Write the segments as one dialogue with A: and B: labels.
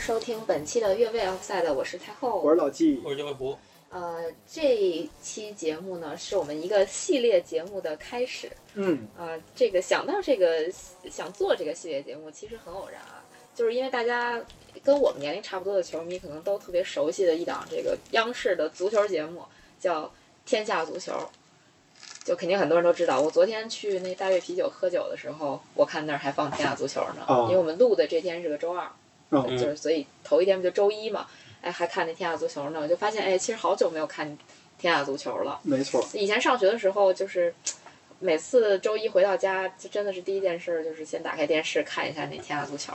A: 收听本期的越位 Offside，我是太后
B: 我。是老纪，
C: 我是江卫福，
A: 呃，这一期节目呢，是我们一个系列节目的开始。
B: 嗯，
A: 啊，这个想到这个想做这个系列节目，其实很偶然啊，就是因为大家跟我们年龄差不多的球迷，可能都特别熟悉的一档这个央视的足球节目，叫《天下足球》，就肯定很多人都知道。我昨天去那大悦啤酒喝酒的时候，我看那儿还放《天下足球》呢，
B: 哦
A: 因为我们录的这天是个周二，
B: 哦
A: 就是所以头一天不就周一嘛，哎，还看那《天下足球》呢，我就发现哎，其实好久没有看《天下足球》了。
B: 没错，
A: 以前上学的时候，就是每次周一回到家，就真的是第一件事就是先打开电视看一下那《天下足球》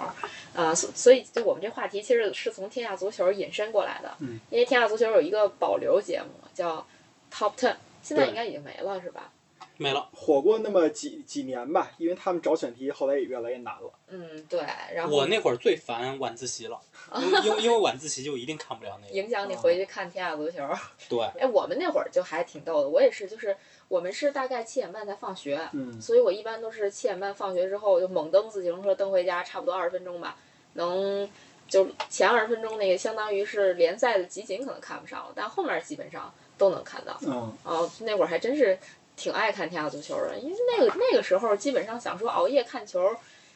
A: 呃，所所以就我们这话题其实是从《天下足球》引申过来的，
B: 嗯
A: 因为《天下足球》有一个保留节目叫 Top Ten，现在
B: 对
A: 应该已经没了是吧？
C: 没了。
B: 火过那么几几年吧，因为他们找选题后来也越来越难了。
A: 嗯，对，然后
C: 我那会儿最烦晚自 习了，因为因为因为晚自习就一定看不了那个。
A: 影响你
B: 嗯
A: 回去看《天下足球》
C: 对，
A: 哎，我们那会儿就还挺逗的，我也是，就是我们是大概七点半才放学，
B: 嗯，
A: 所以我一般都是七点半放学之后就猛蹬自行车蹬回家，差不多二十分钟吧，能就前二十分钟那个相当于是联赛的集锦可能看不上了，但后面基本上都能看到。
B: 嗯，
A: 哦，那会儿还真是挺爱看天下足球的，因为那个那个时候基本上想说熬夜看球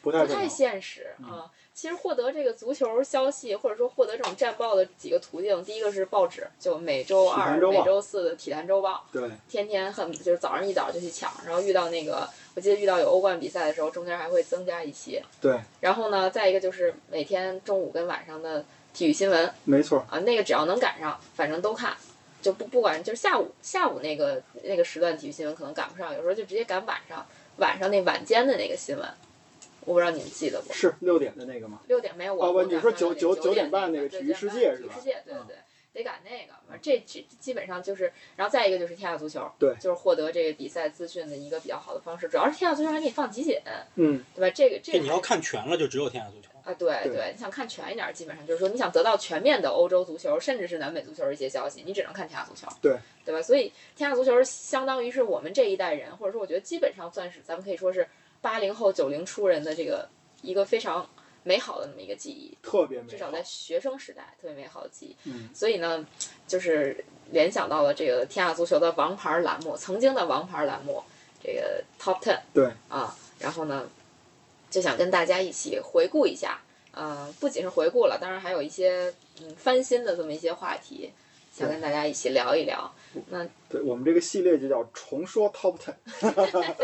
B: 不太
A: 不
B: 可能
A: 太。现实
B: 嗯
A: 啊。其实获得这个足球消息，或者说获得这种战报的几个途径，第一个是报纸，就每周
B: 体坛
A: 二、
B: 周报
A: 每周四的《体坛周报》，
B: 对，
A: 天天恨不就是早上一早就去抢，然后遇到那个，我记得遇到有欧冠比赛的时候，中间还会增加一期。
B: 对。
A: 然后呢，再一个就是每天中午跟晚上的体育新闻
B: 没错，
A: 啊，那个只要能赶上，反正都看，就不不管就是下午下午那个那个时段体育新闻可能赶不上，有时候就直接赶晚上晚上那晚间的那个新闻，我不知道你们记得不？
B: 是六点的那个吗？
A: 六点没有我。
B: 哦不
A: 我
B: 你
A: 赶
B: 说
A: 上
B: 九
A: 了
B: 九
A: 九
B: 九
A: 点
B: 点半
A: 那个
B: 那个
A: 对
B: 体育
A: 9
B: 世
A: 点
B: 界
A: 半
B: 是
A: 体育
B: 吧
A: 世界，对
B: 嗯
A: 对，得赶那个。反正这这基本上就是，然后再一个就是天下足球，
B: 对
A: 就是获得这个比赛资讯的一个比较好的方式。主要是天下足球还给你放集锦，
B: 嗯，
A: 对吧？这个这
C: 这
A: 个
C: 你要
A: 还
C: 看全了，就只有天下足球。
A: 啊，对
B: 对
A: 对，你想看全一点，基本上就是说你想得到全面的欧洲足球，甚至是南美足球的一些消息，你只能看天下足球，
B: 对
A: 对吧？所以天下足球相当于是我们这一代人，或者说我觉得基本上算是咱们可以说是八零后九零初人的这个一个非常美好的那么一个记忆。
B: 特别美
A: 至
B: 好
A: 少。在学生时代特别美好的记忆。
B: 嗯，
A: 所以呢，就是联想到了这个天下足球的王牌栏目，曾经的王牌栏目，这个 Top Ten
B: 对
A: 啊，然后呢，就想跟大家一起回顾一下，呃，不仅是回顾了，当然还有一些嗯翻新的这么一些话题，想跟大家一起聊一聊。
B: 对我们这个系列就叫重说 Top Ten。
A: 嗯，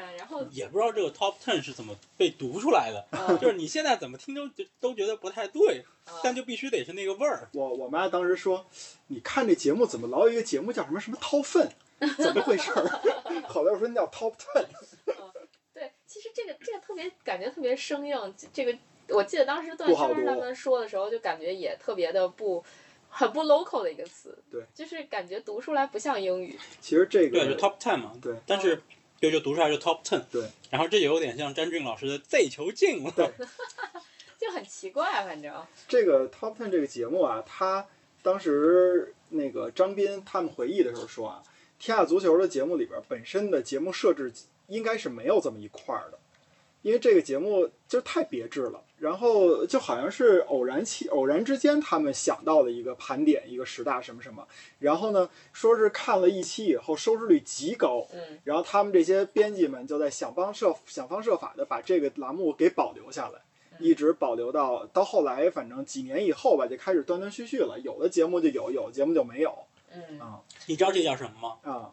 A: 然后
C: 也不知道这个 top ten 是怎么被读出来的，
A: 呃
C: 就是你现在怎么听都都觉得不太 对，但
A: 呃，
C: 就必须得是那个味儿。
B: 我我妈当时说，你看这节目怎么老有一个节目叫什么什么掏粪，怎么回事儿？ 后来我说那叫 Top Ten。
A: 对，其实这个这个特别感觉特别生硬，这个我记得当时段
B: 不好
A: 生他
B: 读
A: 们说的时候，就感觉也特别的不。很不 local 的一个词，
B: 对，
A: 就是感觉读出来不像英语，
B: 其实这
C: 对，就
B: 个
C: top ten 嘛。
B: 对，
C: 但是就就读出来就 top ten。
B: 对。
C: 然后这有点像詹俊老师的 Z 球进了。
A: 就很奇怪，反正，
B: 这个 Top Ten 这个节目啊，他当时那个张斌他们回忆的时候说啊，天下足球的节目里边本身的节目设置应该是没有这么一块儿的，因为这个节目就太别致了。然后就好像是偶然期偶然之间他们想到的一个盘点一个十大什么什么，然后呢说是看了一期以后收视率极高，
A: 嗯，
B: 然后他们这些编辑们就在想方设想方设法的把这个栏目给保留下来，一直保留到到后来，反正几年以后吧，就开始断断续续了。有的节目就有，有的节目就没有
A: 嗯，
C: 你知道这叫什么吗？
B: 啊、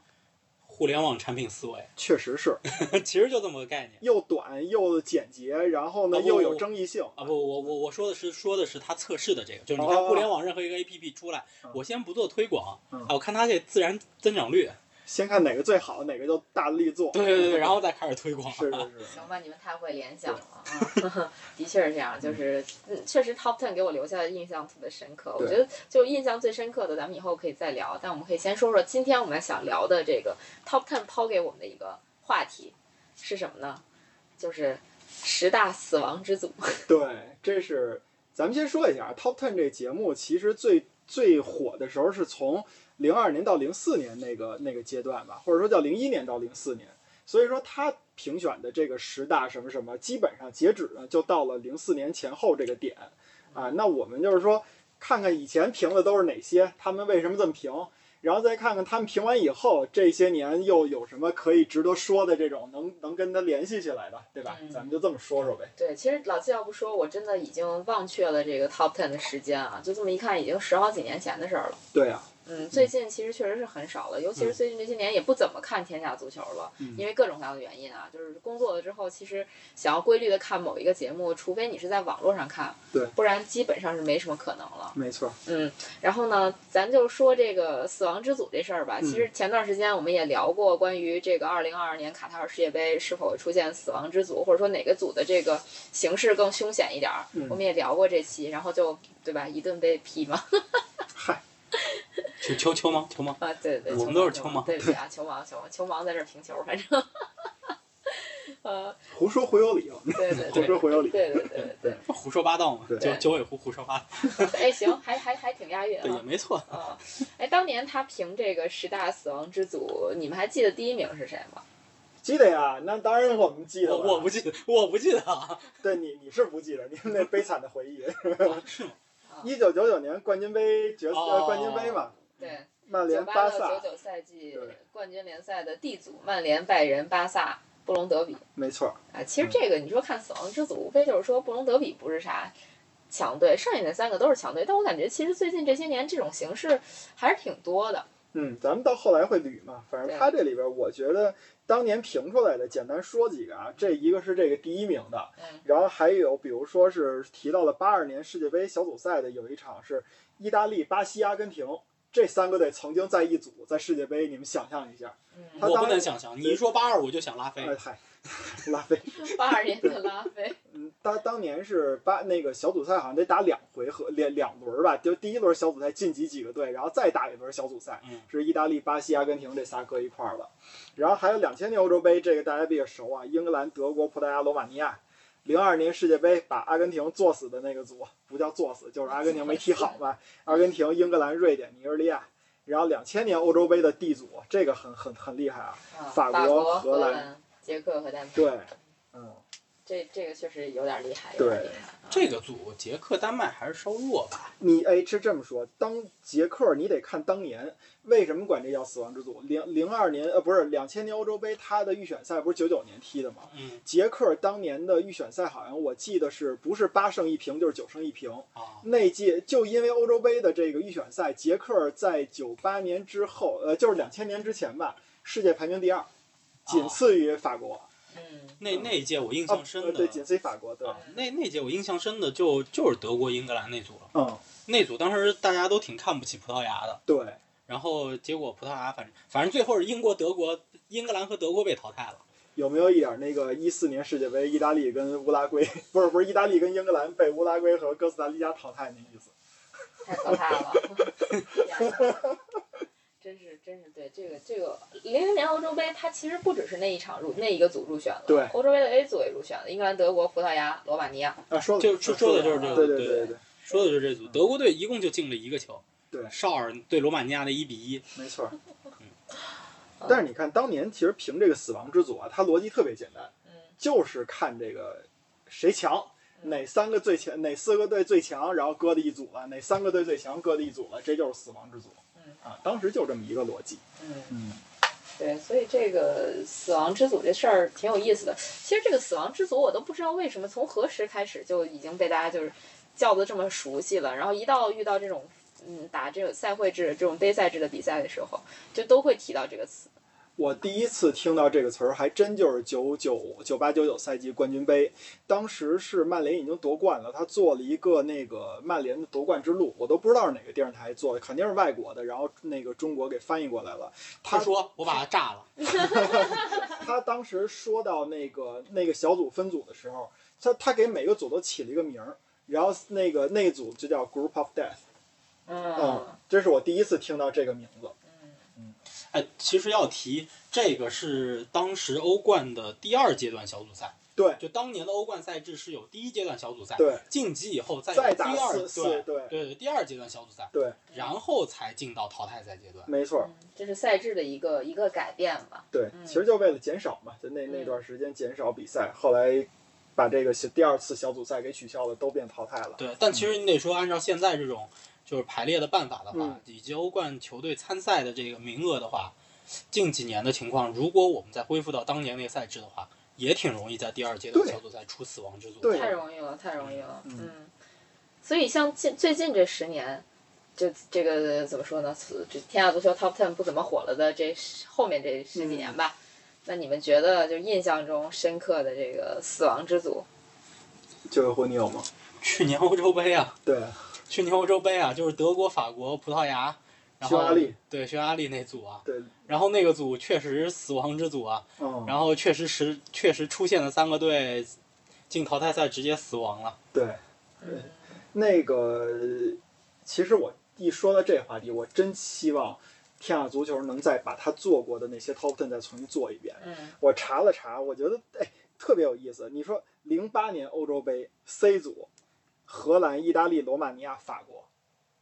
C: 互联网产品思维，
B: 确实是
C: 哎其实就这么个概念。
B: 又短又简洁，然后呢
C: 哦不
B: 又有争议性。
C: 啊不，我我我说的是说的是他测试的这个，就是你看
B: 哦
C: 互联网任何一个 APP 出来，
B: 嗯
C: 我先不做推广，
B: 嗯
C: 啊，我看它这自然增长率，
B: 先看哪个最好，哪个就大力做。
C: 对对对，然后再开始推广。
B: 是是是，
A: 行吧，你们太会联想了啊！的确是这样，就是嗯，确实 Top Ten 给我留下的印象特别深刻。我
B: 对
A: 觉得就印象最深刻的，咱们以后可以再聊，但我们可以先说说今天我们想聊的这个 Top Ten 抛给我们的一个话题是什么呢？就是十大死亡之组。
B: 对，这是咱们先说一下 Top Ten 这节目，其实最最火的时候是从零二年到零四年那个那个阶段吧，或者说叫零一年到零四年。所以说他评选的这个十大什么什么，基本上截止呢就到了零四年前后这个点。啊。那我们就是说，看看以前评的都是哪些，他们为什么这么评，然后再看看他们评完以后，这些年又有什么可以值得说的这种能能跟他联系起来的，对吧？
A: 嗯
B: 咱们就这么说说呗。
A: 对，其实老季要不说，我真的已经忘却了这个 top ten 的时间啊，就这么一看，已经十好几年前的事儿了。
B: 对啊，
A: 嗯，最近其实确实是很少了，尤其是最近这些年也不怎么看天下足球了，
B: 嗯
A: 因为各种各样的原因啊，就是工作了之后，其实想要规律的看某一个节目，除非你是在网络上看，
B: 对
A: 不然基本上是没什么可能了。
B: 没错。
A: 嗯，然后呢，咱就说这个死亡之组这事儿吧。
B: 嗯
A: 其实前段时间我们也聊过关于这个2022年卡塔尔世界杯是否会出现死亡之组，或者说哪个组的这个形势更凶险一点儿，
B: 嗯
A: 我们也聊过这期，然后就对吧，一顿被批嘛。
B: 嗨，
C: 球球球盲 球盲，
A: 啊，对对，
C: 我
A: 球
C: 们都是
A: 盲
C: 球
A: 球
C: 盲
A: 对不 起啊，球盲球盲球盲在这儿评球，反正，呃，
B: 胡说回有理啊了，
A: 对对
B: 胡
A: 对。
B: 说回有理。
A: 对对对对
C: 胡说八道嘛，
B: 对
C: 九九尾狐胡说八道，
A: 对，哎，行，还还还挺押韵
C: 对，也
A: 啊。
C: 没错。
A: 啊，哎，当年他评这个十大死亡之组，你们还记得第一名是谁吗？
B: 嗯记得呀，那当然我们记得
C: 我
B: 了。
C: 我不记得，我不记得啊，
B: 对你你是不记得，你们那悲惨的回忆。
C: 哦是吗？
B: 一九九九年冠军杯决
C: 哦
B: 呃冠军杯嘛，
A: 对，
B: 曼
A: 九
B: 联、
A: 八
B: 巴
A: 到
B: 萨，
A: 九九赛季
B: 对
A: 冠军联赛的 D 组，曼联、拜仁、巴萨、布隆德比
B: 没错。
A: 啊。其
C: 嗯
A: 实这个你说看死亡之组，无非就是说布隆德比不是啥强队，剩下那三个都是强队。但我感觉其实最近这些年这种形式还是挺多的。
B: 嗯，咱们到后来会捋嘛，反
A: 对
B: 正他这里边，我觉得当年评出来的，简单说几个啊，这一个是这个第一名的，
A: 嗯
B: 然后还有比如说是提到了八二年世界杯小组赛的有一场是意大利、巴西、阿根廷这三个队曾经在一组，在世界杯，你们想象一下，他
A: 嗯，
C: 我
B: 当
C: 不
B: 然
C: 能想象，你一说八二我就想拉菲，
B: 哎嗨，拉菲，
A: 八二年的拉菲，
B: 嗯，当当年是八那个小组赛好像得打两回合两两轮儿吧，就第一轮小组赛晋级几个队，然后再打一轮小组赛，
C: 嗯，
B: 是意大利、巴西、阿根廷这仨搁一块儿了。然后还有两千年欧洲杯，这个大家比较熟啊，英格兰、德国、葡萄牙、罗马尼亚。零二年世界杯把阿根廷作死的那个组，不叫作死，就是阿根廷没踢好嘛。阿根廷、英格兰、瑞典、尼日利亚。然后两千年欧洲杯的 D 组，这个很很很厉害啊。
A: 啊
B: 法
A: 法
B: 国
A: 国、
B: 荷
A: 荷
B: 兰
A: 兰、捷克和丹麦，
B: 对，嗯，
A: 这这个确实有点厉害，有点厉害。啊
C: 这个组捷克、丹麦还是稍弱吧？
B: 你哎是这么说，当捷克你得看当年为什么管这叫死亡之组。零零二年呃不是两千年欧洲杯，它的预选赛不是九九年踢的吗？
C: 嗯
B: 捷克当年的预选赛好像我记得是不是八胜一平就是九胜一平。
C: 啊，
B: 那届就因为欧洲杯的这个预选赛，捷克在九八年之后，呃，就是两千年之前吧，世界排名第二，仅次于法国。啊
A: 嗯，
C: 那那一届我印象
B: 呃
C: 深的
B: 对，，仅次于法国，对
C: 啊，那那届我印象深的就就是德国、英格兰那组了。
B: 嗯，
C: 那组当时大家都挺看不起葡萄牙的，
B: 对，
C: 然后结果葡萄牙反正反正最后是英国、德国、英格兰和德国被淘汰了。
B: 有没有一点那个一四年世界杯，意大利跟乌拉圭， 不是不是，意大利跟英格兰被乌拉圭和哥斯达黎加淘汰那意思？
A: 太可怕了， 天哪真是真是对这个这个零零年欧洲杯，它其实不只是那一场入那一个组入选了，
B: 对
A: 欧洲杯的 A 组也入选了，英格兰、德国、葡萄牙、罗马尼亚，
B: 啊，说的
C: 就说说的就是这个
B: 对
C: 对
B: 对对，
C: 说的就是这组，德国队一共就进了一个球，
B: 嗯对
C: 绍尔对罗马尼亚的一比一，
B: 没错儿。
C: 嗯
B: 但是你看，当年其实评这个死亡之组啊，它逻辑特别简单，
A: 嗯，
B: 就是看这个谁强，
A: 嗯
B: 哪三个最强，哪四个队最强，然后搁在一组了，哪三个队最强搁在一组了，这就是死亡之组
A: 嗯。
B: 啊，当时就这么一个逻辑。
A: 嗯，
B: 嗯，
A: 对，所以这个死亡之组这事儿挺有意思的。其实这个死亡之组，我都不知道为什么从何时开始就已经被大家就是叫的这么熟悉了。然后一到遇到这种嗯打这种赛会制、这种杯赛制的比赛的时候，就都会提到这个词。
B: 我第一次听到这个词儿，还真就是九九九八九九赛季冠军杯，当时是曼联已经夺冠了，他做了一个那个曼联的夺冠之路，我都不知道是哪个电视台做的，肯定是外国的，然后那个中国给翻译过来了。他
C: 他说我把他炸了，
B: 他当时说到那个那个小组分组的时候，他他给每个组都起了一个名儿，然后那个那组就叫 Group of Death，嗯，这是我第一次听到这个名字。
A: 嗯
C: 哎，其实要提这个是当时欧冠的第二阶段小组赛，
B: 对
C: 就当年的欧冠赛制是有第一阶段小组赛，
B: 对，
C: 晋级以后再有
B: 再
C: 哎第
B: 打
C: 二
B: 四四，
C: 对
B: 对
C: 对对第二阶段小组赛，
B: 对，
C: 然后才进到淘汰赛阶段。
B: 没错儿，
A: 嗯，这是赛制的一个一个改变吧。
B: 对
A: 嗯，
C: 嗯
B: 其实就为了减少嘛，就那那段时间减少比赛，后来。把这个小第二次小组赛给取消了，都变淘汰了。
C: 对，但其实你得说，按照现在这种就是排列的办法的话，
B: 嗯
C: 以及欧冠球队参赛的这个名额的话，近几年的情况，如果我们再恢复到当年那个赛制的话，也挺容易在第二阶段
B: 对
C: 小组赛出死亡之组。
B: 对
A: 太容易了，太容易了。
B: 嗯
A: 嗯，所以像近最近这十年，这这个怎么说呢？这天下足球 Top Ten 不怎么火了的这十后面这十几年
B: 嗯
A: 吧，那你们觉得就印象中深刻的这个死亡之组，
B: 这回你有吗？
C: 去年欧洲杯啊，
B: 对，
C: 去年欧洲杯啊，就是德国、法国、葡萄牙，然后
B: 匈牙利，
C: 对匈牙利那组啊，
B: 对，
C: 然后那个组确实死亡之组啊，
B: 嗯，
C: 然后确实实确实出现了三个队进淘汰赛直接死亡了。
B: 对，
A: 嗯，
B: 那个其实我一说到这个话题，我真希望天下足球能再把他做过的那些 top ten 再重新做一遍。
A: 嗯，
B: 我查了查，我觉得哎特别有意思。你说零八年欧洲杯 C 组，荷兰、意大利、罗马尼亚、法国，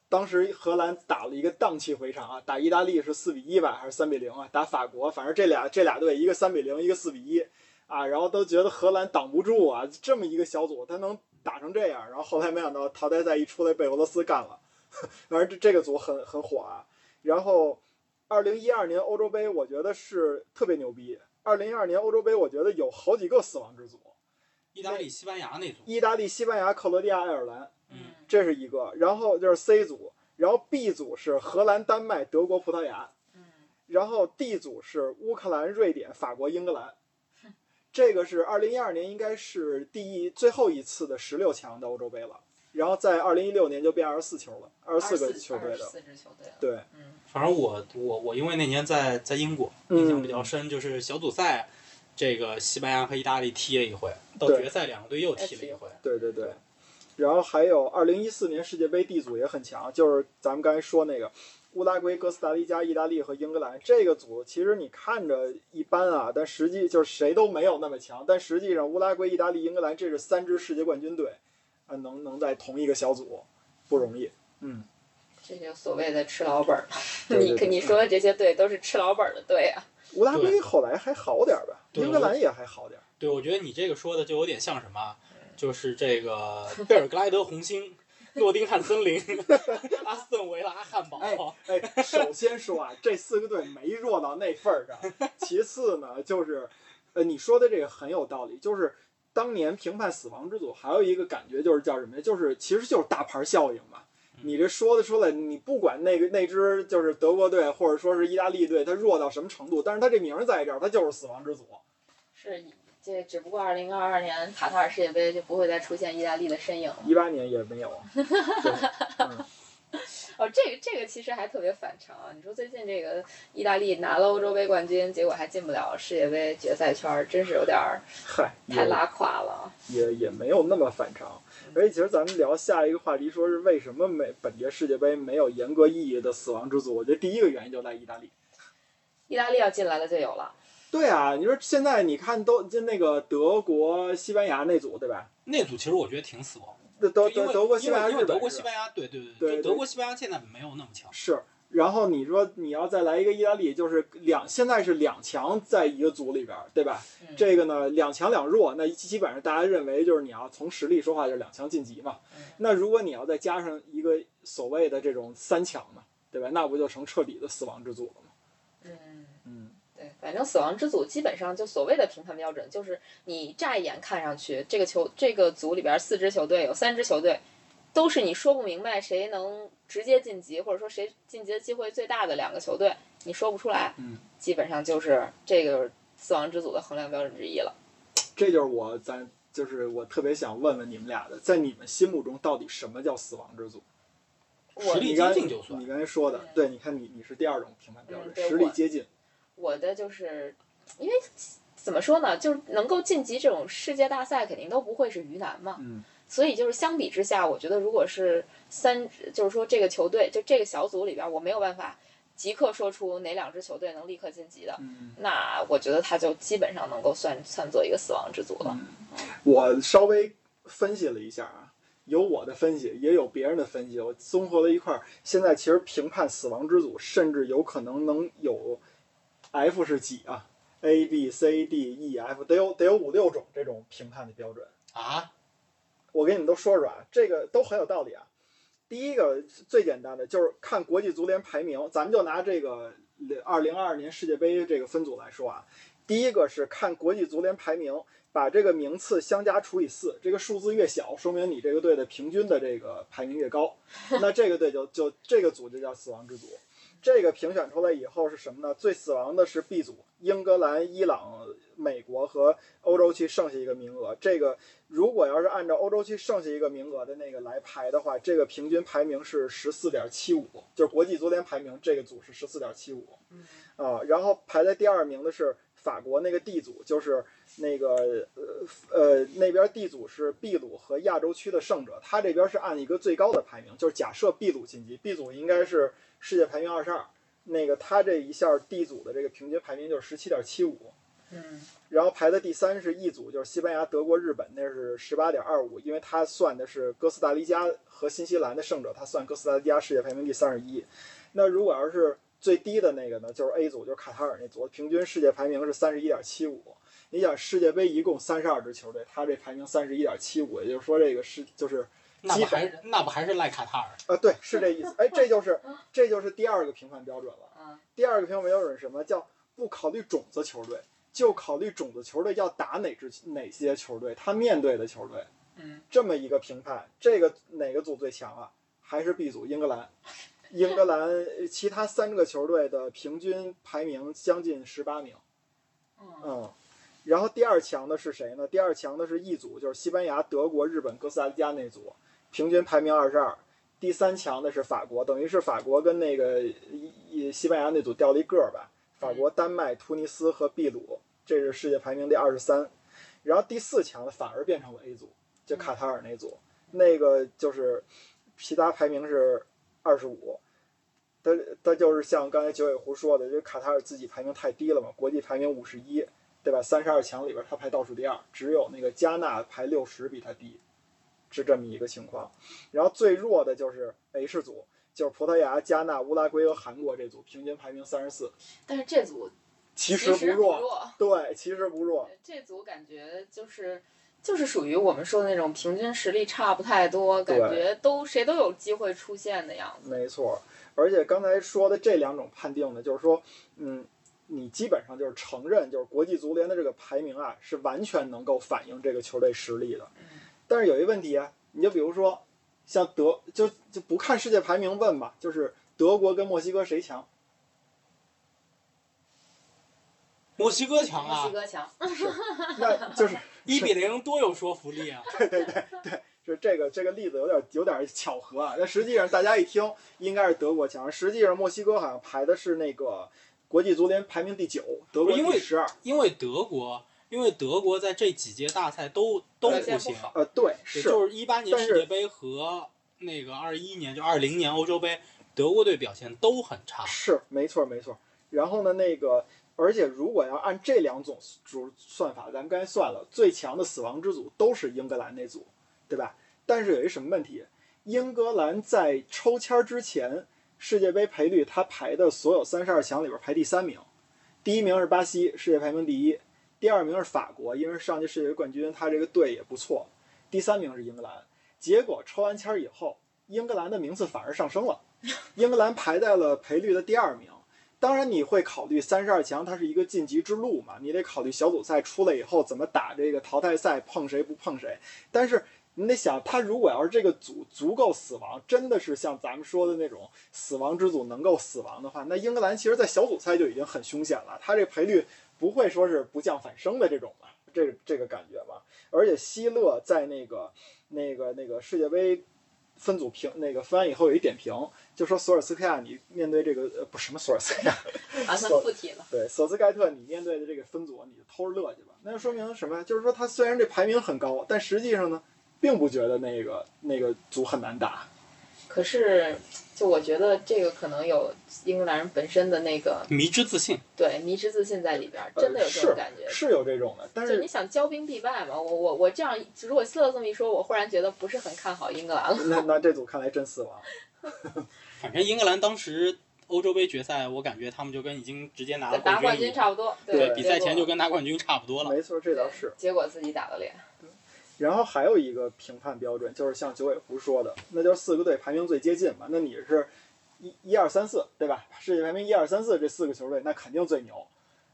B: 当时荷兰打了一个荡气回肠啊，打意大利是四比一吧，还是三比零啊？打法国，反正这俩这俩队一个三比零，一个四比一啊，然后都觉得荷兰挡不住啊，这么一个小组他能打成这样，然后后来没想到淘汰赛一出来被俄罗斯干了， 反正这这个组很很火啊，然后。二零一二年欧洲杯，我觉得是特别牛逼。二零一二年欧洲杯，我觉得有好几个死亡之组：
C: 意大利、西班牙那组，
B: 意大利、西班牙、克罗地亚、爱尔兰，
C: 嗯
B: 这是一个。然后就是 C 组，然后 B 组是荷兰、丹麦、德国、葡萄牙，
A: 嗯
B: 然后 D 组是乌克兰、瑞典、法国、英格兰。这个是二零一二年，应该是第一最后一次的十六强的欧洲杯了。然后在二零一六年就变二十四球了，二十四个球队的，
A: 四支球队了，
B: 对，
A: 嗯
C: 反正我我我因为那年在在英国，
B: 嗯
C: 印象比较深，就是小组赛，这个西班牙和意大利踢了一回，到
B: 对
C: 决赛两个队又踢了一回。
B: 对对对，然后还有二零一四年世界杯 D 组也很强，就是咱们刚才说那个乌拉圭、哥斯达黎加、意大利和英格兰这个组，其实你看着一般啊，但实际就是谁都没有那么强。但实际上，乌拉圭、意大利、英格兰这是三支世界冠军队，啊，能能在同一个小组不容易。嗯，
A: 这就所谓的吃老本儿。
B: 对对
A: 你
B: 对
A: 你说的这些队都是吃老本儿的队啊。
B: 乌拉圭后来还好点儿吧，
C: 对
B: 英格兰也还好点儿。
C: 对，我觉得你这个说的就有点像什么啊，就是这个贝尔格莱德红星、诺丁汉森林、阿斯顿维拉、汉堡。
B: 哎，首先说啊，这四个队没弱到那份儿上。其次呢，就是，呃，你说的这个很有道理，就是当年评判死亡之组还有一个感觉就是叫什么呀？就是其实就是大牌效应嘛。你这说的出来，你不管那个那支就是德国队或者说是意大利队，它弱到什么程度，但是它这名儿在这儿，它就是死亡之组。
A: 是，这只不过二零二二年卡塔尔世界杯就不会再出现意大利的身影了。
B: 一八年也没有，啊对嗯
A: 哦，这个这个其实还特别反常啊！你说最近这个意大利拿了欧洲杯冠军，结果还进不了世界杯决赛圈儿，真是有点儿
B: 嗨，
A: 太
B: 也
A: 拉胯了。啊
B: 也也没有那么反常。
C: 嗯
B: 而且其实咱们聊下一个话题，说是为什么美本届世界杯没有严格意义的死亡之组？我觉得第一个原因就在意大利。
A: 意大利要进来了就有了，
B: 对啊，你说现在你看都就那个德国、西班牙那组对吧？
C: 那组其实我觉得挺死亡，
B: 德德
C: 就
B: 德
C: 因为
B: 德国、西班牙、
C: 因
B: 日
C: 为
B: 本
C: 德国、
B: 是
C: 西
B: 吧
C: 班牙，对对对，
B: 对对
C: 就德国、西班牙现在没有那么强。
B: 是。然后你说你要再来一个意大利，就是两现在是两强在一个组里边儿，对吧？
A: 嗯、
B: 这个呢，两强两弱，那基本上大家认为就是你要从实力说话，就是两强晋级嘛
A: 嗯。
B: 那如果你要再加上一个所谓的这种三强呢，对吧？那不就成彻底的死亡之组了吗？
A: 嗯。
B: 嗯，
A: 对，反正死亡之组基本上就所谓的评判标准，就是你乍一眼看上去，这个球这个组里边四支球队有三支球队，都是你说不明白谁能直接晋级，或者说谁晋级的机会最大的两个球队，你说不出来。
B: 嗯，
A: 基本上就是这个死亡之组的衡量标准之一了。
B: 这就是我咱就是我特别想问问你们俩的，在你们心目中到底什么叫死亡之组？
A: 我
C: 实力
B: 你刚才
C: 接近就算
B: 你刚才说的，对，你看你你是第二种评判标
A: 嗯
B: 准，
A: 对
B: 实力
A: 我
B: 接近，
A: 我的就是因为怎么说呢，就是能够晋级这种世界大赛，肯定都不会是鱼腩嘛。
B: 嗯
A: 所以就是相比之下，我觉得如果是三，就是说这个球队就这个小组里边，我没有办法即刻说出哪两支球队能立刻晋级的，
B: 嗯。
A: 那我觉得他就基本上能够算算作一个死亡之组了。
B: 我稍微分析了一下啊，有我的分析，也有别人的分析，我综合了一块儿。现在其实评判死亡之组，甚至有可能能有 F 是几啊？A B C D E F 得有得有五六种这种评判的标准，
C: 啊，
B: 我给你们都说说啊，这个都很有道理啊。第一个最简单的就是看国际足联排名，咱们就拿这个二零二二年世界杯这个分组来说啊，第一个是看国际足联排名，把这个名次相加除以四，这个数字越小，说明你这个队的平均的这个排名越高，那这个队就就这个组就叫死亡之组。这个评选出来以后是什么呢？最死亡的是 B 组，英格兰、伊朗、美国和欧洲区剩下一个名额。这个如果要是按照欧洲区剩下一个名额的那个来排的话，这个平均排名是十四点七五，就是国际足联排名这个组是十四点七五
A: 嗯
B: 啊。然后排在第二名的是法国那个 D 组，就是那个呃呃那边 D 组是 B 组和亚洲区的胜者，他这边是按一个最高的排名，就是假设 B 组晋级，B 组应该是世界排名二十二，那个他这一下 D 组的这个平均排名就是十七点七五。
A: 嗯
B: 然后排在第三是 E 组，就是西班牙、德国、日本，那是十八点二五，因为他算的是哥斯达黎加和新西兰的胜者，他算哥斯达黎加世界排名第三十一。那如果要是最低的那个呢，就是 A 组，就是卡塔尔那组，平均世界排名是三十一点七五。你想世界杯一共三十二支球队，他这排名三十一点七五，也就是说这个是就是
C: 那
B: 基
C: 不
B: 本
C: 还是那不还是赖卡塔尔？
B: 啊，对，是这意思。哎，这就是这就是第二个评判标准了。
A: 啊
B: 第二个评判标准是什么？叫不考虑种子球队，就考虑种子球队要打哪支哪些球队，他面对的球队
A: 嗯
B: 这么一个评判。这个哪个组最强啊？还是 B 组英格兰？英格兰呃其他三个球队的平均排名将近十八名，
A: 嗯
B: 嗯。然后第二强的是谁呢？第二强的是 E 组，就是西班牙、德国、日本、哥斯达黎加那组，平均排名二十二。第三强的是法国，等于是法国跟那个一一西班牙那组掉了一个儿吧。法国、丹麦、突尼斯和秘鲁，这是世界排名第二十三。然后第四强的反而变成了 A 组，就
A: 嗯
B: 卡塔尔那组，那个就是其他排名是二十五。他他就是像刚才九尾狐说的，就卡塔尔自己排名太低了嘛，国际排名五十一，对吧？三十二强里边他排倒数第二，只有那个加纳排六十比他低，是这么一个情况。然后最弱的就是 H 组，就是葡萄牙、加纳、乌拉圭和韩国这组，平均排名三十四，
A: 但是这组
B: 其
A: 其
B: 实
A: 实不
B: 弱。
A: 弱，
B: 对，其实不弱。
A: 这组感觉就是。就是属于我们说的那种平均实力差不太多，感
B: 对
A: 觉都谁都有机会出现的样子。
B: 没错，而且刚才说的这两种判定呢，就是说，嗯，你基本上就是承认，就是国际足联的这个排名啊，是完全能够反映这个球队实力的。但是有一问题啊，你就比如说，像德就就不看世界排名问吧，就是德国跟墨西哥谁强？
C: 墨西哥强
A: 墨西
C: 啊，
A: 哥强，
B: 那就是
C: 一比零多有说服力啊！
B: 就这个这个例子有点有点巧合啊，但实际上大家一听应该是德国强，实际上墨西哥好像排的是那个国际足联排名第九，德国
C: 因为
B: 第十二。
C: 因为德国，因为德国在这几届大赛都都
A: 表现
C: 不
A: 不
C: 行，
A: 好。
B: 呃，对，
C: 也
B: 是
C: 就是一八年
B: 但是
C: 世界杯和那个二一年就二零年欧洲杯，德国队表现都很差。
B: 是，没错没错。然后呢，那个，而且如果要按这两种主算法，咱们刚才算了，最强的死亡之组都是英格兰那组，对吧？但是有一什么问题？英格兰在抽签儿之前，世界杯赔率它排的所有三十二强里边排第三名，第一名是巴西，世界排名第一；第二名是法国，因为上届世界杯冠军，他这个队也不错；第三名是英格兰。结果抽完签儿以后，英格兰的名次反而上升了。英格兰排在了赔率的第二名。当然，你会考虑三十二强，它是一个晋级之路嘛，你得考虑小组赛出来以后怎么打这个淘汰赛，碰谁不碰谁。但是你得想，他如果要是这个组足够死亡，真的是像咱们说的那种死亡之组能够死亡的话，那英格兰其实在小组赛就已经很凶险了，他这赔率不会说是不降反升的这种吧，这个这个感觉吧。而且希勒在那个那个那个世界杯分组评那个分完以后有一点评，就说索尔斯克亚，你面对这个呃不什么索尔斯克亚，
A: 啊，算附体了。
B: 对索斯盖特，你面对的这个分组，你就偷着乐去吧。那就说明什么呀？就是说他虽然这排名很高，但实际上呢，并不觉得那个那个组很难打。
A: 可是，就我觉得这个可能有英格兰人本身的那个
C: 迷之自信，
A: 对迷之自信在里边儿，
B: 呃
A: 真的有这种感觉。
B: 是有这种的，但
A: 就你
B: 是
A: 想骄兵必败嘛？我我我这样，如果斯勒这么一说，我忽然觉得不是很看好英格兰了。
B: 那那这组看来真死亡。
C: 反正英格兰当时欧洲杯决赛，我感觉他们就跟已经直接拿了
A: 拿冠
C: 军一
A: 军
C: 样，
A: 差不多，
B: 对
C: 比赛前就跟拿冠军差不多了。
B: 没错，这倒是。
A: 结果自己打了脸。
B: 然后还有一个评判标准，就是像九尾狐说的，那就是四个队排名最接近嘛。那你是一一二三四，对吧？世界排名一二三四这四个球队，那肯定最牛。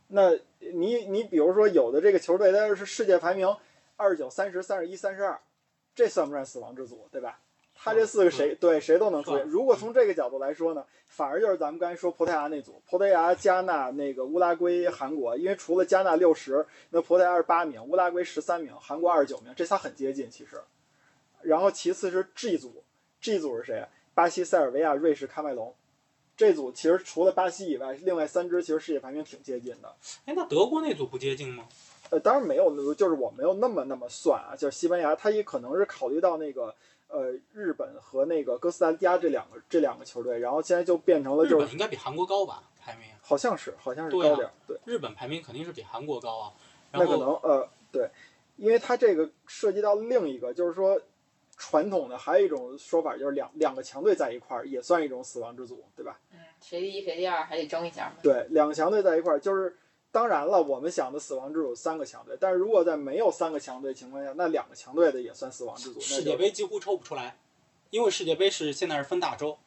B: 那你你比如说，有的这个球队它要是世界排名二十九、三十、三十一、三十二，这算不算死亡之组，对吧？他这四个谁对谁都能出现。
C: 嗯
B: 如果从这个角度来说呢，反而就是咱们刚才说葡萄牙那组，葡萄牙、加纳、那个乌拉圭、韩国，因为除了加纳六十，那葡萄牙是八名，乌拉圭十三名，韩国二十九名，这仨很接近其实。然后其次是 G 组，G 组是谁啊？巴西、塞尔维亚、瑞士、喀麦隆。这组其实除了巴西以外，另外三支其实世界排名挺接近的。
C: 哎，那德国那组不接近吗？
B: 呃，当然没有，就是我没有那么那么算啊，就是西班牙，他也可能是考虑到那个呃日本和那个哥斯达黎加这两个这两个球队，然后现在就变成了
C: 日
B: 就是
C: 本应该比韩国高吧排名？
B: 好像是好像是
C: 对啊
B: 高点儿，对，
C: 日本排名肯定是比韩国高啊。
B: 那
C: 然
B: 可
C: 后
B: 能呃对，因为它这个涉及到另一个，就是说传统的还有一种说法就是两两个强队在一块儿也算一种死亡之组，对吧？
A: 嗯，谁第一谁第二还得争一下嘛。
B: 对，两个强队在一块儿，就是当然了，我们想的死亡之组三个强队，但是如果在没有三个强队的情况下，那两个强队的也算死亡之组。那
C: 世界
B: 就
C: 杯几乎抽不出来，因为世界杯是现在是分大洲。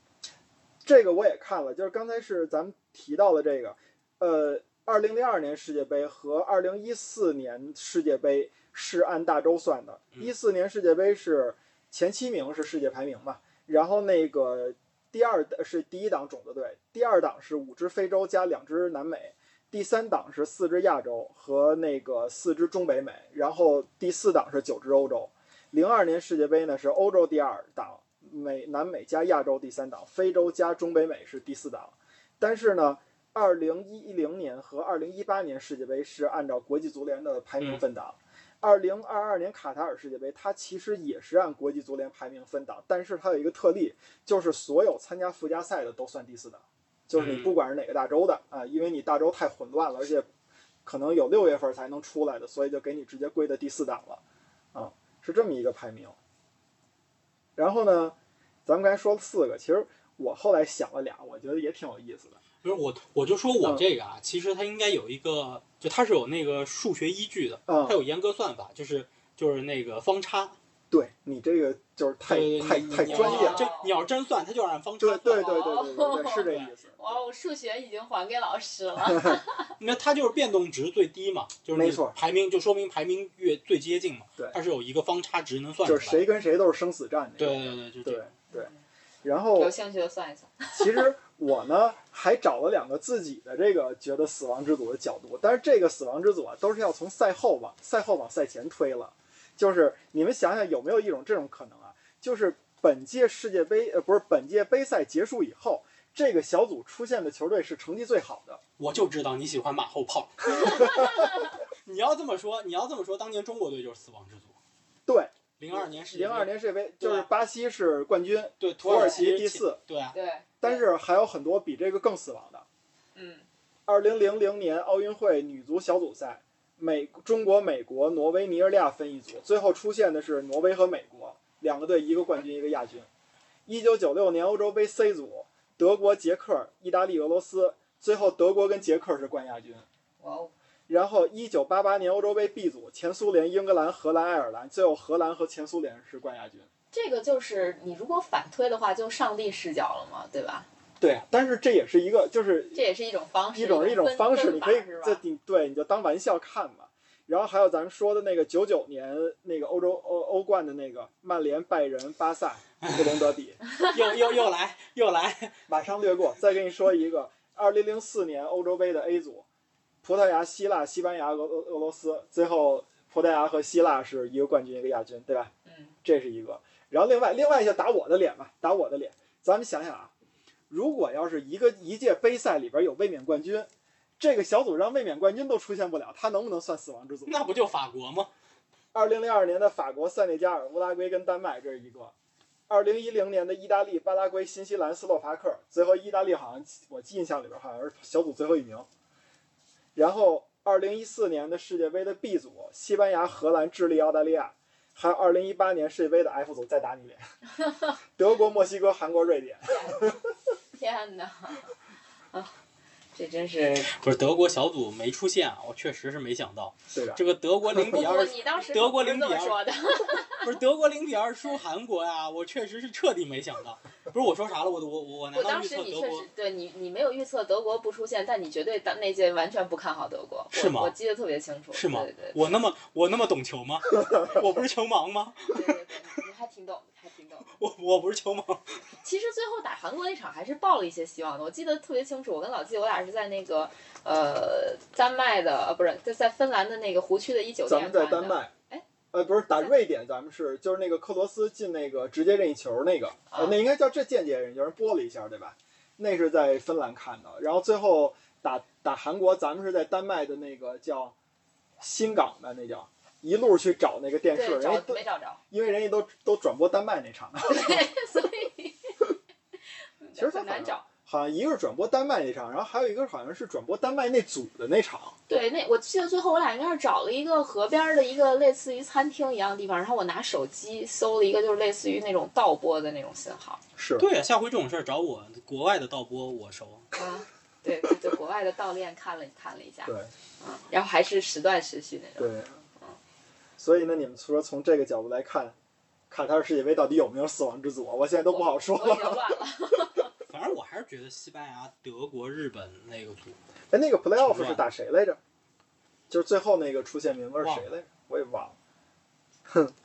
B: 这个我也看了，就是刚才是咱们提到的这个，呃，二零零二年世界杯和二零一四年世界杯是按大洲算的，
C: 嗯
B: 一四年世界杯是前七名是世界排名嘛，然后那个第二呃是第一档种子队，第二档是五支非洲加两支南美，第三档是四支亚洲和那个四支中北美，然后第四档是九支欧洲。零二年世界杯呢是欧洲第二档，美南美加亚洲第三档，非洲加中北美是第四档。但是呢，二零一零年和二零一八年世界杯是按照国际足联的排名分档。二零二二年卡塔尔世界杯，它其实也是按国际足联排名分档，但是它有一个特例，就是所有参加附加赛的都算第四档，就是你
C: 嗯
B: 不管是哪个大洲的啊，因为你大洲太混乱了，而且可能有六月份才能出来的，所以就给你直接归到第四档了，啊，是这么一个排名。然后呢，咱们刚才说了四个，其实我后来想了俩，我觉得也挺有意思的。
C: 不是我，我就说我
B: 嗯
C: 这个啊，其实它应该有一个，就它是有那个数学依据的，
B: 嗯
C: 它，有严格算法，就是就是那个方差。
B: 对你这个就是太
C: 对对
B: 太
C: 对你
B: 太
C: 你要
B: 专业了。
C: 这你要真算，它就是按方
B: 对
C: 差算。
B: 对对对对对对，是这意思。
A: 哇，我数学已经还给老师了。
C: 那它就是变动值最低嘛，就是你
B: 没错
C: 排名就说明排名越最接近嘛。
B: 对
C: 它是有一个方差值能算出
B: 就
C: 来。
B: 是谁？跟谁都是生死战那
C: 对
B: 种。
C: 对对，就这
B: 对
C: 个。
B: 对。哦然后
A: 有兴趣的算一算。
B: 其实我呢还找了两个自己的这个觉得死亡之组的角度，但是这个死亡之组啊都是要从赛后往赛后往赛前推了。就是你们想想有没有一种这种可能啊？就是本届世界杯呃不是本届杯赛结束以后，这个小组出现的球队是成绩最好的。
C: 我就知道你喜欢马后 炮。你要这么说，你要这么说，当年中国队就是死亡之组。
B: 对，
C: 零二年是
B: 零二，年世界杯
C: 对啊
B: 就是巴西是冠军，
C: 对土
B: 土耳
C: 其
B: 其第
C: 前。
B: 四，
C: 对啊，
A: 对，
B: 但是还有很多比这个更死亡的。
A: 嗯，
B: 二零零零年奥运会女足小组赛，美中国、美国、挪威、尼日利亚分一组，最后出现的是挪威和美国两个队，一个冠军，一个亚军。一九九六年欧洲杯 C 组，德国、捷克、意大利、俄罗斯，最后德国跟捷克是冠亚军。
A: 哇哦，
B: 然后一九八八年欧洲杯 B 组，前苏联、英格兰、荷兰、爱尔兰，最后荷兰和前苏联是冠亚军。
A: 这个就是你如果反推的话，就上帝视角了嘛，对吧？
B: 对啊，但是这也是一个就是
A: 这也是一种方式，
B: 一种一种
A: 分
B: 方式，
A: 分
B: 你
A: 法
B: 可以
A: 是
B: 这
A: 吧？
B: 你对你就当玩笑看嘛。然后还有咱们说的那个九九年那个欧洲欧欧冠的那个曼联、拜仁、巴萨、布隆德 比，
C: 又又又来又来，
B: 马上略过。再跟你说一个，二零零四年欧洲杯的 A 组，葡萄牙、希腊、西班牙、俄俄俄罗斯，最后葡萄牙和希腊是一个冠军一个亚军，对吧？
A: 嗯，
B: 这是一个。然后另外另外就打我的脸吧，打我的脸。咱们想想啊，如果要是一个一届杯赛里边有卫冕冠军，这个小组让卫冕冠军都出现不了，他能不能算死亡之组？
C: 那不就法国吗？
B: 二零零二年的法国、塞内加尔、乌拉圭跟丹麦，这是一个；二零一零年的意大利、巴拉圭、新西兰、斯洛伐克，最后意大利好像我印象里边好像是小组最后一名。然后二零一四年的世界杯的 B 组，西班牙、荷兰、智利、澳大利亚，还有二零一八年世界杯的 F 组再打你脸，德国、墨西哥、韩国、瑞典。
A: 天哪，啊，这这真是
C: 不是德国小组没出现啊，我确实是没想到
B: 对吧？
C: 这个德国零
A: 不
C: 比
A: 不，
C: 二，
A: 你当时
C: 德国
A: 可不是
C: 零
A: 这
C: 比
A: 么
C: 二
A: 说的，
C: 不是德国零比二输韩国呀，我确实是彻底没想到。不是我说啥了，我我我我难
A: 我
C: 道
A: 当
C: 预
A: 时
C: 测
A: 你
C: 德
A: 确
C: 国
A: 实？对你，你没有预测德国不出现，但你绝对当那届完全不看好德国，我
C: 是吗
A: 我记得特别清楚，
C: 是吗
A: 对对
C: 我那么我那么懂球吗？ 我不是球盲吗？
A: 对对对，你还挺懂，还挺懂。
C: 我我不是球盲。
A: 其实最后打韩国那场还是抱了一些希望的，我记得特别清楚。我跟老季，我俩是在那个呃丹麦的，呃不是在在芬兰的那个湖区的一酒
B: 咱
A: 店看
B: 们
A: 的。
B: 在丹麦，
A: 哎，
B: 呃，不是打瑞典，咱们是就是那个克罗斯进那个直接任意球那个，呃
A: 啊，
B: 那应该叫这间接任意球，人拨了一下，对吧？那是在芬兰看的，然后最后打打韩国，咱们是在丹麦的那个叫新港吧，那叫一路去找那个电视，
A: 对，
B: 人家
A: 找
B: 都
A: 没找着，
B: 因为人家都都转播丹麦那场，
A: 对，所以
B: 其实它
A: 很难找。
B: 好像一个是转播丹麦那场，然后还有一个好像是转播丹麦那组的那场，
A: 对，那我记得最后我俩应该是找了一个河边儿的一个类似于餐厅一样的地方，然后我拿手机搜了一个就是类似于那种倒播的那种信号
B: 是
C: 对呀、啊下回这种事儿找我，国外的倒播我熟。
A: 啊，对对对，国外的倒链看了看了一下，
B: 对
A: 嗯，然后还是时断时续那种。
B: 对，所以呢，你们说从这个角度来看，卡塔尔世界杯到底有没有死亡之组啊？我现在都不好说
A: 我已
B: 了。
A: 经乱 了，
C: 反正我还是觉得西班牙、德国、日本那个组，
B: 哎，那个 playoff
C: 挺乱
B: 是打谁来着？就是最后那个出现名额是谁来着？我也忘了。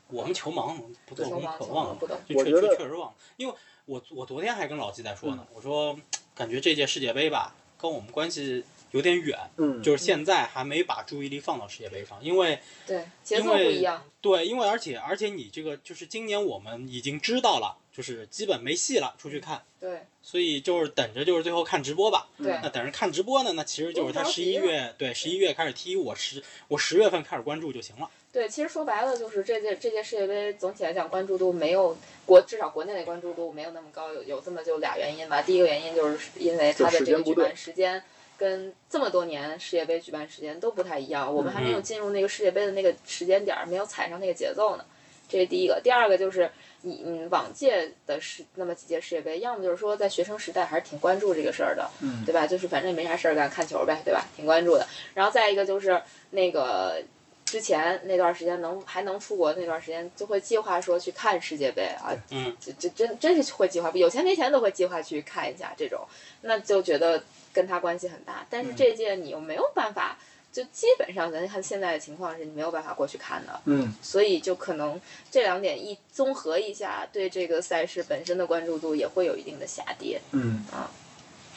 C: 我们球盲不做
A: 球
C: 功
A: 盲
C: 课
A: 球
C: 忘
A: 盲
C: 了，
A: 不懂。
C: 就
B: 我
C: 确
B: 觉
C: 确
B: 得嗯
C: 确实忘了。因为我我昨天还跟老季在说呢，我说感觉这届世界杯吧，跟我们关系有点远，
B: 嗯，
C: 就是现在还没把注意力放到世界杯上，因为
A: 对，节奏不一样。
C: 对，因为而且而且你这个就是今年我们已经知道了，就是基本没戏了，出去看，
A: 对
C: 所以就是等着就是最后看直播吧。
A: 对
B: 嗯
C: 那等着看直播呢，那其实就是他
A: 不用着
C: 十一
A: 急了
C: 月对十一月开始踢，我十我十月份开始关注就行了。
A: 对，其实说白了就是这届这届世界杯总体来讲关注度没有国至少国内的关注度没有那么高，有有这么就俩原因吧。第一个原因就是因为它的这个举办时间跟这么多年世界杯举办时间都不太一样，我们还没有进入那个世界杯的那个时间点，儿，没有踩上那个节奏呢。这是第一个，第二个就是你嗯往届的世那么几届世界杯，要么就是说在学生时代还是挺关注这个事儿的，
B: 嗯
A: 对吧？就是反正也没啥事儿干，看球呗，对吧？挺关注的。然后再一个就是那个之前那段时间能还能出国那段时间，就会计划说去看世界杯啊，
C: 嗯，
A: 这这真真是会计划，有钱没钱都会计划去看一下这种，那就觉得跟他关系很大。但是这届你又没有办法，就基本上咱看现在的情况是你没有办法过去看的，
B: 嗯，
A: 所以就可能这两点一综合一下，对这个赛事本身的关注度也会有一定的下跌，
B: 嗯，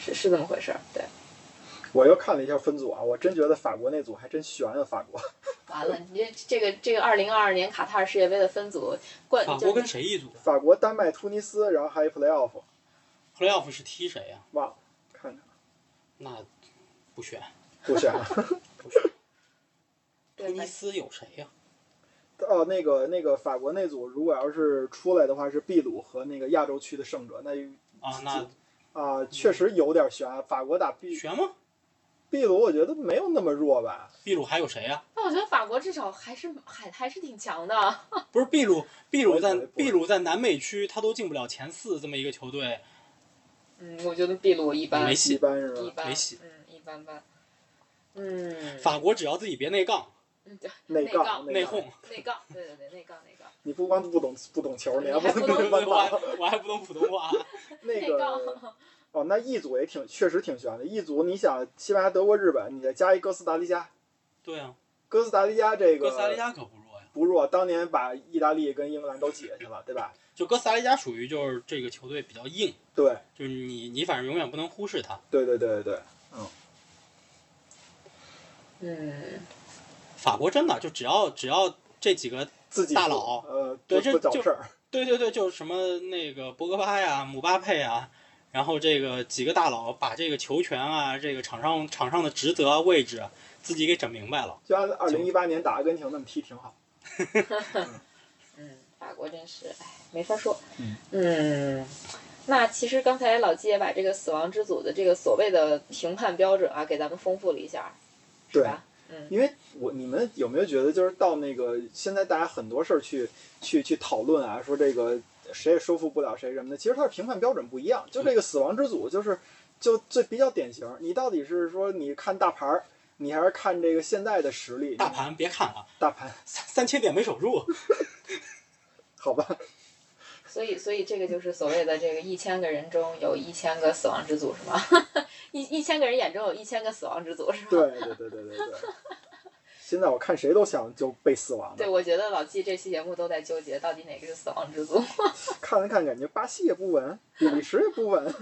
A: 是是这么回事儿，对。
B: 我又看了一下分组啊，我真觉得法国那组还真悬啊，法国。
A: 完了，你这这个这个二零二二年卡塔尔世界杯的分组冠，
C: 法
A: 就是
C: 国跟谁一组
B: 法国、丹麦、突尼斯，然后还有 playoff，
C: ？Playoff 是踢谁呀、
B: 忘了，看看
C: 那不选。
B: 不选了。
C: 不选。
A: 对
C: 突尼斯有谁呀、
B: 哦，那个那个法国那组，如果要是出来的话，是秘鲁和那个亚洲区的胜者，那
C: 啊？那
B: 啊、确实有点悬啊。法国打秘
C: 选吗？
B: 秘鲁，我觉得没有那么弱吧。
C: 秘鲁还有谁啊呀、
A: 那我觉得法国至少还是还还是挺强的。
C: 不是秘鲁，秘
B: 我
C: 鲁
B: 以
C: 在
B: 为不
C: 秘鲁在南美区他都进不了前四，这么一个球队
A: 嗯，我觉得秘鲁一般，
C: 没
A: 一
B: 一
C: 戏。
B: 般是吧？
A: 般，
C: 没戏
A: 嗯，一般般。嗯，
C: 法国只要自己别内杠、
A: 嗯对
B: 内
A: 内
B: 杠
A: 杠
C: 内
B: 杠
C: 讧，
A: 内杠，对对对，内杠内杠，
B: 你不光不懂不懂球，你还
A: 你还
B: 不
A: 不懂
B: 懂文
C: 我还
B: 化。
C: 我还不懂普通话。
B: 那
A: 内杠
B: 个哦，那一组也挺确实挺悬的。一组你想，西班牙、德国、日本，你再加一哥斯达黎加，
C: 对啊，
B: 哥斯达黎加这
C: 哥斯达黎
B: 个
C: 加可不弱呀。
B: 不弱，当年把意大利跟英格兰都挤下去了，对吧？
C: 就哥斯达黎加属于就是这个球队比较硬，
B: 对
C: 就是你你反正永远不能忽视他。
B: 对对对对对，
A: 嗯，
C: 法国真的就只要只要这几个，
B: 自己
C: 大
B: 组
C: 佬
B: 呃
C: 对
B: 不
C: 这
B: 不找
C: 就
B: 事儿，
C: 对对对，就是什么那个博格巴呀、姆巴佩啊，然后这个几个大佬把这个球权啊、这个场上场上的职责啊、位置啊，自己给整明白了。
B: 就按二零一八年打阿根廷那么踢挺好。
A: 嗯，法国真是，哎，没法说。
B: 嗯
A: 那其实刚才老季也把这个死亡之组的这个所谓的评判标准啊，给咱们丰富了一下，是
B: 对
A: 吧？嗯
B: 因为我你们有没有觉得，就是到那个现在大家很多事儿去去去讨论啊，
C: 嗯
B: 说这个谁也说服不了谁什么的，其实它的评判标准不一样。就这个死亡之组，就是就最比较典型。你到底是说你看大牌儿，你还是看这个现在的实力？
C: 大盘别看了，
B: 大盘，
C: 三三千点没守住，
B: 好 吧，
A: 所以，所以这个就是所谓的这个一千个人中有一千个死亡之组是吗？ 一一千个人眼中有一千个死亡之组是吗？
B: 对对对对对对。现在我看谁都想就被死亡
A: 对，
B: 的，
A: 我觉得老季这期节目都在纠结到底哪个是死亡之组。
B: 看了看感觉巴西也不稳，比利时也不稳，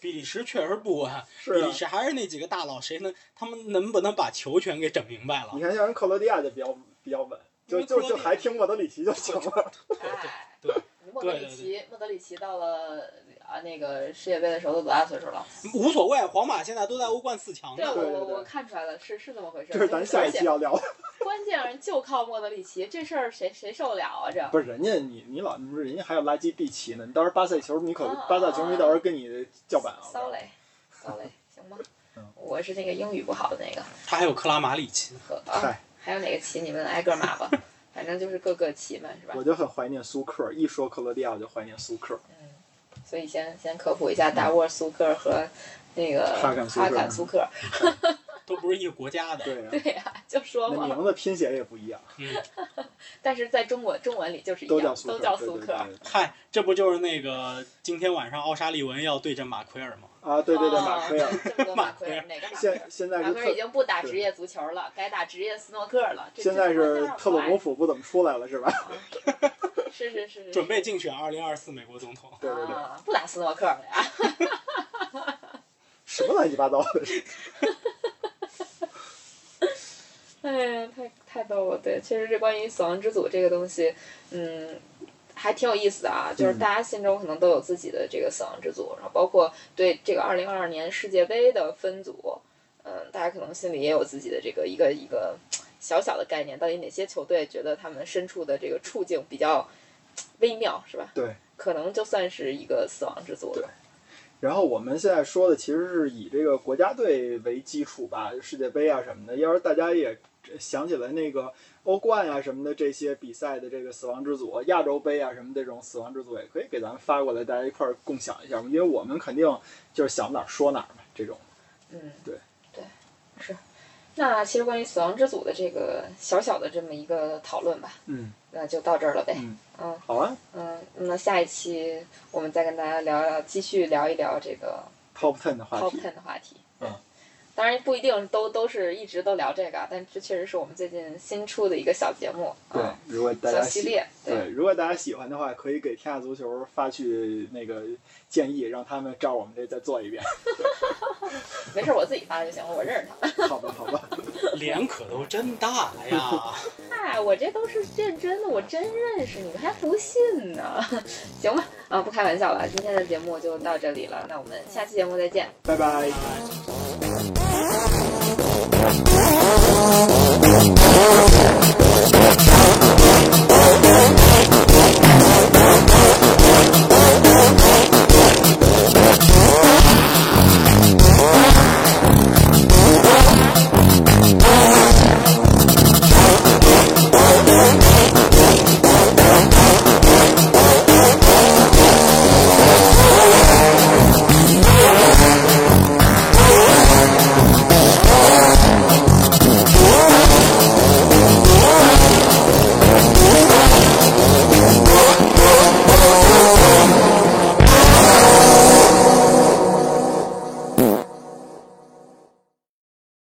C: 比利时确实不稳，
B: 是
C: 比
B: 啊
C: 利。时还是那几个大佬，谁能他们能不能把球权给整明白了
B: 你？看，像人克罗地亚就比较比较稳，就就就还听莫德里奇就行了。
A: 哎，
C: 对
A: 莫德里奇，莫德里奇到了啊那个世界杯的时候都多大岁数了？
C: 无所谓，皇马现在都在欧冠四强
A: 对，
C: 呢。
A: 我
B: 对
A: 我
B: 对
A: 我看出来了，是是这么回事。
B: 这是咱下一期要啊聊的。
A: 关键就靠莫德里奇，这事儿谁谁受得了啊？这
B: 不是人家你你老不是人家还有拉基蒂奇呢，你到时候巴塞球迷可
A: 啊
B: 巴萨球迷到时候跟你叫板啊。
A: 骚雷，骚雷，行吗
B: 嗯？
A: 我是那个英语不好的那个，
C: 他还有克拉马里奇呢，
A: 可啊，
B: 嗨，
A: 还有哪个棋你们挨个骂 吧，反正就是各个棋们是吧？
B: 我就很怀念苏克，一说克罗地亚我就怀念苏克。
A: 嗯，所以先先科普一下达沃尔苏克和那个
B: 哈坎苏克
A: 哈坎苏克，
C: 都不是一个国家的。
B: 对呀、啊
A: 对呀、 就说
B: 那
A: 嘛，
B: 名字拼写也不一样，
C: 嗯，
A: 但是在中国中文里就是一
B: 都叫
A: 样，
B: 苏
A: 都
B: 克，
A: 叫
B: 对
A: 苏
B: 对
A: 克。
B: 对对
C: 嗨，这不就是那个今天晚上奥沙利文要对阵马奎尔吗？
B: 啊，对对对，马奎尔。
A: 哦这么多马奎 尔，哪个马奎
B: 现
A: 尔？
B: 现在
A: 马
B: 是
A: 奎尔已
B: 特
A: 经不打职业足球了，改打职业斯诺克了。这
B: 现在
A: 这这
B: 是特朗普府不怎么出来了是吧？
A: 是是是是
C: 准备竞选二零二四美国总统。
B: 对对对，
A: 啊，不打斯诺克了呀。
B: 什么乱七八糟的，
A: 哎呀，太太逗了！对，确实是关于死亡之组这个东西，嗯，还挺有意思的啊。就是
B: 嗯
A: 大家心中可能都有自己的这个死亡之组，然后包括对这个二零二二年世界杯的分组，嗯，大家可能心里也有自己的这个一个一个小小的概念，到底哪些球队觉得他们身处的这个处境比较微妙，是吧？
B: 对，
A: 可能就算是一个死亡之组了。
B: 然后我们现在说的其实是以这个国家队为基础吧，世界杯啊什么的。要是大家也想起来那个欧冠呀、什么的这些比赛的这个死亡之组，亚洲杯啊什么这种死亡之组，也可以给咱们发过来，大家一块儿共享一下嘛。因为我们肯定就是想哪儿说哪儿嘛，这种。
A: 嗯，
B: 对
A: 对，是。那其实关于死亡之组的这个小小的这么一个讨论吧，
B: 嗯，
A: 那就到这儿了呗。
B: 嗯
A: 嗯
B: 好啊
A: 嗯，那下一期我们再跟大家聊聊，继续聊一聊这个
B: ，Top Ten 的话
A: top
B: 题，
A: ten 的话题。
B: 嗯，
A: 当然不一定都都是一直都聊这个啊，但这确实是我们最近新出的一个小节目，
B: 对
A: 啊，，
B: 如果大
A: 小
B: 家
A: 系
B: 喜
A: 列。
B: 对，如果大家喜欢的话，可以给天下足球发去那个建议，让他们照我们这再做一遍。
A: 没事儿，我自己发就行了，我认识他。
B: 好吧，好吧。
C: 脸可都真大呀！
A: 嗨，我这都是认真的，我真认识你们还不信呢？ 行吧，啊，不开玩笑了，今天的节目就到这里了，那我们下期节目再见。
B: 拜拜。